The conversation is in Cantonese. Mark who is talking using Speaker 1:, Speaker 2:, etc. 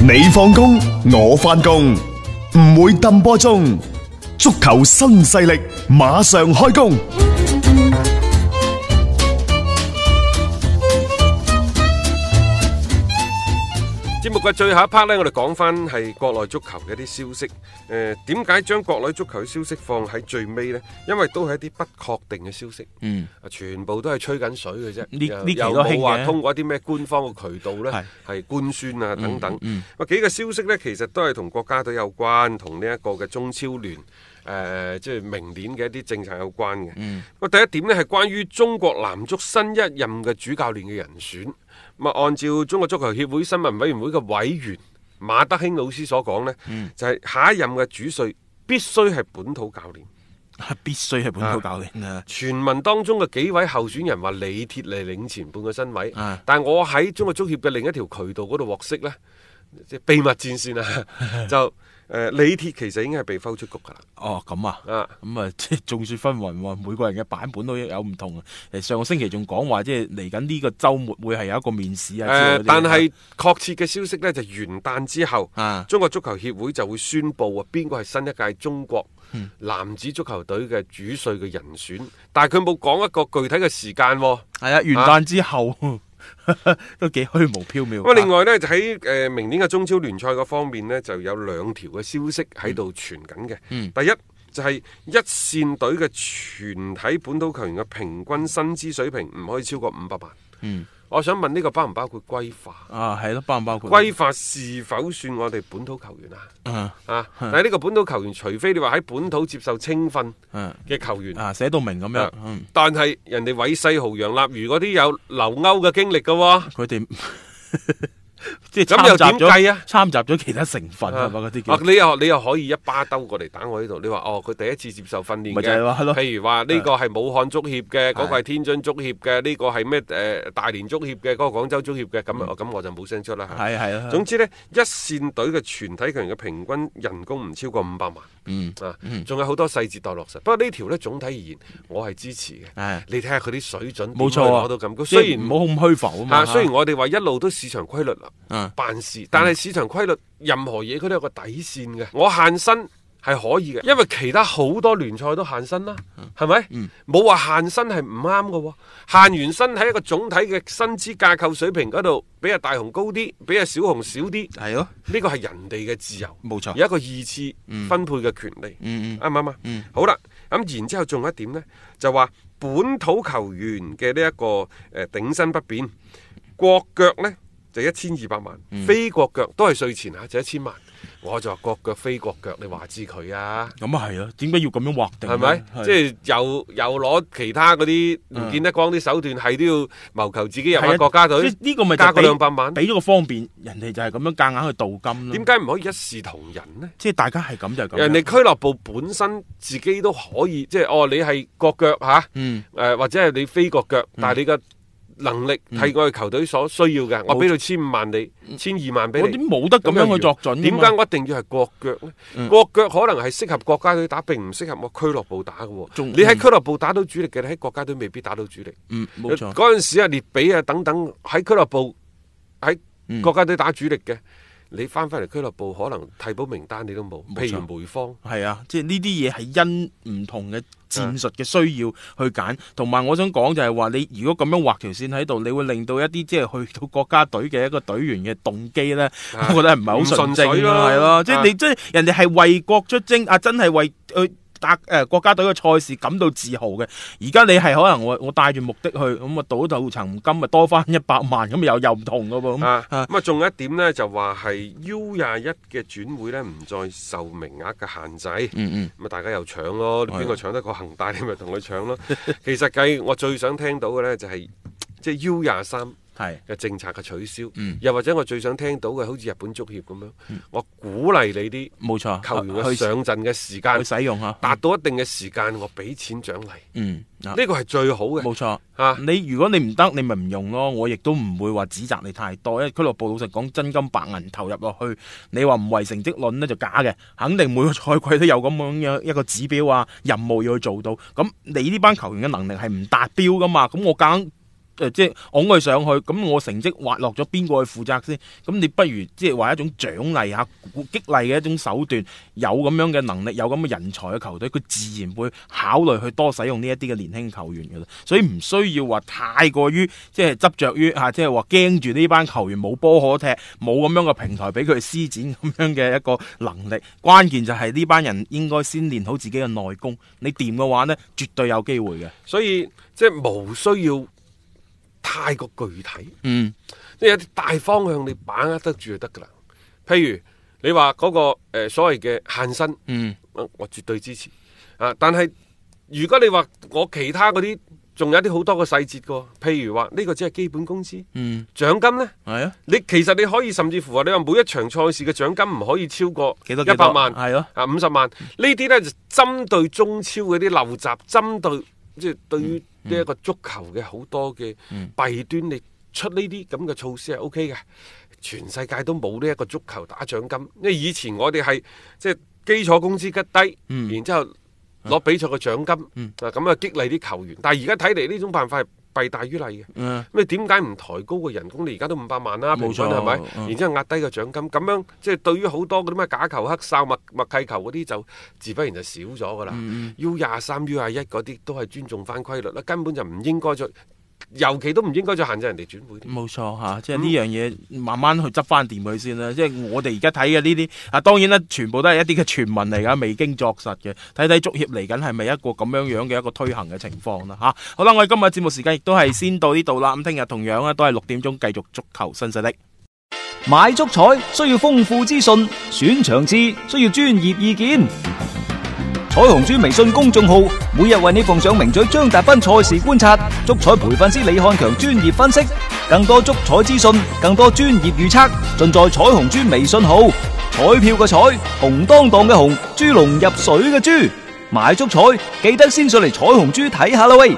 Speaker 1: 你放工，我翻工，唔會抌波鐘。足球新勢力馬上開工。
Speaker 2: 節目嘅最後一 part 呢，我哋講翻係國內足球嘅一啲消息。誒、呃，點解將國內足球嘅消息放喺最尾呢？因為都係一啲不確定嘅消息，啊
Speaker 3: 嗯，
Speaker 2: 全部都係吹緊水嘅啫。
Speaker 3: 呢
Speaker 2: 又
Speaker 3: 呢期
Speaker 2: 又
Speaker 3: 都興
Speaker 2: 冇話
Speaker 3: 嘅
Speaker 2: 通過一啲咩官方嘅渠道呢，係官宣啊等等。
Speaker 3: 嗯
Speaker 2: 啊幾個消息呢，其實都係同國家隊有關，同呢一個嘅中超聯誒、呃即係明年嘅一啲政策有關嘅。
Speaker 3: 嗯
Speaker 2: 咁啊第一點呢，係關於中國男足新一任嘅主教練嘅人選。咁啊，按照中國足球協會新聞委員會嘅委員馬德興老師所講呢，
Speaker 3: 嗯
Speaker 2: 就係下一任嘅主帥必須係本土教練。
Speaker 3: 必須係本土教練啊，
Speaker 2: 傳聞當中嘅幾位候選人話李鐵嚟領前半個身位，
Speaker 3: 啊
Speaker 2: 但我喺中國足協嘅另一條渠道嗰度獲悉呢，即係秘密戰線 啊，就誒、呃李鐵其實已經係被拋出局㗎啦。
Speaker 3: 哦咁啊，
Speaker 2: 啊
Speaker 3: 咁啊， 即係眾說紛紜喎，每個人嘅版本都有唔同啊。誒，上個星期仲講話，即係嚟緊呢個週末會係有一個面試
Speaker 2: 誒、
Speaker 3: 啊之類嗰啲
Speaker 2: 呃但係確切嘅消息呢，就元旦之後，
Speaker 3: 啊
Speaker 2: 中國足球協會就會宣布啊，邊個係新一屆中國
Speaker 3: 嗯
Speaker 2: 男子足球隊嘅主帥嘅人選，但係佢冇講一個具體嘅時間喎、
Speaker 3: 係啊，元旦之後 都幾虛無縹緲。
Speaker 2: 咁啊，另外呢，就喺誒、呃明年嘅中超聯賽嗰方面呢，就有兩條嘅消息喺度傳緊嘅。
Speaker 3: 嗯
Speaker 2: 第一就係、一線隊嘅全體本土球員嘅平均薪資水平唔可以超過五百萬。
Speaker 3: 嗯
Speaker 2: 我想問呢個包唔包括歸化？
Speaker 3: 啊，係咯，包唔包括？
Speaker 2: 歸化是否算我哋本土球員啊？
Speaker 3: 啊
Speaker 2: 啊！但係呢個本土球員，除非你話喺本土接受青訓
Speaker 3: 啊
Speaker 2: 嘅球員，
Speaker 3: 啊，寫到明咁樣
Speaker 2: 啊，
Speaker 3: 嗯，
Speaker 2: 但係人哋韋世豪、楊立瑜嗰啲有留歐嘅經歷嘅喎。
Speaker 3: 佢哋 即係
Speaker 2: 咁又
Speaker 3: 參雜
Speaker 2: 點計
Speaker 3: 咗
Speaker 2: 啊，
Speaker 3: 參雜咗其他成分
Speaker 2: 啊
Speaker 3: 係嘛？嗰啲
Speaker 2: 啊
Speaker 3: 叫
Speaker 2: 你又你又可以一巴兜過嚟打我呢度，你話哦佢第一次接受訓練
Speaker 3: 咪就係咯
Speaker 2: 嘅，
Speaker 3: 係咯
Speaker 2: 譬如話呢個係武漢足協嘅，嗰個係
Speaker 3: 係
Speaker 2: 天津足協嘅，呢個係咩誒大連足協嘅，嗰個廣州足協嘅，咁啊咁我就冇聲出啦嚇。
Speaker 3: 嗯係係啦。
Speaker 2: 總之呢，一線隊嘅全體球員嘅平均人工唔超過五百萬。
Speaker 3: 嗯
Speaker 2: 啊，仲有好多細節待落實。不過呢條呢，總體而言，我係支持嘅
Speaker 3: 係。
Speaker 2: 你睇下佢啲水準，
Speaker 3: 冇錯啊，
Speaker 2: 攞到咁高。
Speaker 3: 即係
Speaker 2: 雖然
Speaker 3: 唔好咁虛浮啊嘛。
Speaker 2: 啊，雖然我哋話一路都市場規律
Speaker 3: 嗯
Speaker 2: 辦事，但係市場規律任何嘢佢都有個底線嘅。我限薪係可以嘅，因為其他好多聯賽都限薪啦，
Speaker 3: 嗯
Speaker 2: 係咪？冇話限薪係唔啱嘅喎，限完薪喺一個總體嘅薪資架構水平嗰度，比阿大雄高啲，比阿小雄少啲，
Speaker 3: 係咯，
Speaker 2: 呢個係人哋嘅自由。
Speaker 3: 冇錯。
Speaker 2: 有一個二次分配嘅權利，
Speaker 3: 嗯
Speaker 2: 啱唔啱啊？好啦，咁然之後仲有一點呢，就話本土球員嘅呢一個誒、呃、頂薪不變，國腳呢就一千二百萬，
Speaker 3: 嗯
Speaker 2: 非國腳都係稅前啊，就一千萬。我就話國腳非國腳，你話知佢啊？
Speaker 3: 咁啊係咯，點解要咁樣劃定
Speaker 2: 係
Speaker 3: 呢？
Speaker 2: 咪？即
Speaker 3: 係
Speaker 2: 係又又攞其他嗰啲唔見得光啲手段，係都要謀求自己入
Speaker 3: 係
Speaker 2: 下
Speaker 3: 啊
Speaker 2: 國家隊
Speaker 3: 即係，呢個咪就
Speaker 2: 加個
Speaker 3: 俾
Speaker 2: 兩百萬，
Speaker 3: 俾咗個方便，人哋就係咁樣夾硬去鍍金咯。
Speaker 2: 點解唔可以一視同仁呢？
Speaker 3: 即係大家係咁就係咁樣。
Speaker 2: 人哋俱樂部本身自己都可以，即係哦，你係國腳嚇，誒、
Speaker 3: 嗯
Speaker 2: 或者係你非國腳，但係你嘅能力
Speaker 3: 嗯
Speaker 2: 係我哋球隊所需要嘅，我俾到千五萬你，千二萬俾
Speaker 3: 我
Speaker 2: 你
Speaker 3: 點。冇得咁樣去作準㗎嘛？嗯
Speaker 2: 點解我一定要係國腳呢？國腳可能係適合國家隊打，並唔適合我俱樂部打嘅喎。
Speaker 3: 仲
Speaker 2: 你喺俱樂部打到主力嘅，你喺國家隊未必打到主力。
Speaker 3: 嗯，冇錯。
Speaker 2: 嗰陣時啊，列比啊等等喺俱樂部喺
Speaker 3: 嗯
Speaker 2: 國家隊打主力嘅，你翻返嚟俱樂部可能替補名單你都冇，
Speaker 3: 冇錯
Speaker 2: 譬如梅方。
Speaker 3: 係啊，即係呢啲嘢係因唔同嘅戰術嘅需要去揀，同埋我想講就係話，你如果咁樣畫條線喺度，你會令到一啲即係去到國家隊嘅一個隊員嘅動機呢，
Speaker 2: 啊
Speaker 3: 我覺得係唔係好純正啦，係咯，即係你即係人哋係為國出征啊，真係為去打誒國家隊嘅賽事感到自豪嘅。而家你係可能我我帶住目的去，咁啊賭到層金咪多翻一百萬，咁又又唔同噶噃。咁
Speaker 2: 啊，
Speaker 3: 啊
Speaker 2: 咁啊，仲有一點呢，就話係 U 廿一嘅轉會呢，唔再受名額嘅限制。咁
Speaker 3: 嗯嗯，
Speaker 2: 啊，大家又搶咯，邊個搶得過恒大，你咪同佢搶 咯。其實計我最想聽到嘅呢，就係即係 U 廿三
Speaker 3: 嗯係
Speaker 2: 嘅政策嘅取消，
Speaker 3: 嗯
Speaker 2: 又或者我最想聽到嘅，好似日本足協咁樣，我鼓勵你啲
Speaker 3: 冇錯，
Speaker 2: 球員嘅
Speaker 3: 啊去
Speaker 2: 上陣嘅時
Speaker 3: 去
Speaker 2: 間
Speaker 3: 使用嚇。
Speaker 2: 達到一定嘅時間，我俾錢獎勵，呢
Speaker 3: 嗯，啊
Speaker 2: 個係最好嘅。
Speaker 3: 冇錯。
Speaker 2: 啊
Speaker 3: 你如果你唔得，你咪唔用咯。我亦都唔會話指責你太多，因為俱樂部老實講，真金白銀投入落去，你話唔為成績論呢就假嘅。肯定每個賽季都有咁樣樣一個指標啊，任務要去做到。咁你呢班球員嘅能力係唔達標噶嘛？咁我硬誒即係拱佢上去，咁我成績滑落咗，邊個去負責先？咁你不如即係話一種獎勵下、鼓激勵嘅一種手段，有咁樣嘅能力、有咁嘅人才嘅球隊，佢自然會考慮去多使用呢一啲嘅年輕球員嘅啦。所以唔需要話太過於即係執着於啊嚇，即係話驚住呢班球員冇波可踢，冇咁樣嘅平台俾佢哋施展咁樣嘅一個能力。關鍵就係呢班人應該先練好自己嘅內功，你掂嘅話呢，絕對有機會嘅。
Speaker 2: 所以即係無需要太過具體，
Speaker 3: 嗯，
Speaker 2: 即係有啲大方向你把握得住就得噶啦。譬如你話嗰、個、呃、所謂嘅限薪，
Speaker 3: 嗯，
Speaker 2: 我我絕對支持啊！但係如果你話我其他嗰啲，仲有啲好多個細節嘅喎，譬如話呢、個只係基本工資，
Speaker 3: 嗯，
Speaker 2: 獎金呢，
Speaker 3: 係啊，
Speaker 2: 你其實你可以甚至乎話你話每一場賽事嘅獎金唔可以超過
Speaker 3: 幾多
Speaker 2: 一百萬，
Speaker 3: 係咯
Speaker 2: 啊五十萬呢啲呢，就針對中超嗰啲陋習，針對即係、對
Speaker 3: 嗯
Speaker 2: 於呢一個足球嘅好多嘅弊端，你出呢啲咁嘅措施係 O K 嘅。全世界都冇呢一個足球打獎金，因為以前我哋係即係基礎工資吉低，
Speaker 3: 嗯
Speaker 2: 然之後攞比賽嘅獎金，啊咁啊激勵啲球員。但係而家睇嚟呢種辦法係弊大於利嘅。
Speaker 3: 嗯
Speaker 2: 咁你點解唔抬高個人工？你而家都五百萬啦，平
Speaker 3: 冇
Speaker 2: 均
Speaker 3: 錯
Speaker 2: 係咪？
Speaker 3: 嗯
Speaker 2: 然之後壓低個獎金，咁樣即係對於好多嗰啲咩假球、黑哨、默默契球嗰啲，就自不然就少咗噶啦。U 廿三、U 廿一嗰啲都係尊重翻規律啦，根本就唔應該再，尤其都唔應該再限制人哋轉會添。
Speaker 3: 冇錯嚇，即係呢樣嘢慢慢去執翻掂佢先啦。即係我哋而家睇嘅呢啲啊，當然啦，全部都係一啲嘅傳聞嚟㗎，未經作實嘅。睇睇足協嚟緊係咪一個咁樣樣嘅一個推行嘅情況啦嚇。好啦，我哋今日節目時間亦都係先到呢度啦。咁聽日同樣啊咧都係六點鐘繼續足球新勢力。
Speaker 4: 买足彩需要豐富資訊，選場次需要專業意見。彩虹豬微信公眾號每日為你奉上名嘴張達斌賽事觀察、足彩培訓師李漢強專業分析，更多足彩資訊、更多專業預測，盡在彩虹豬微信號。彩票嘅彩，紅當當嘅紅，豬籠入水嘅豬，買足彩記得先上嚟彩虹豬睇下啦喂！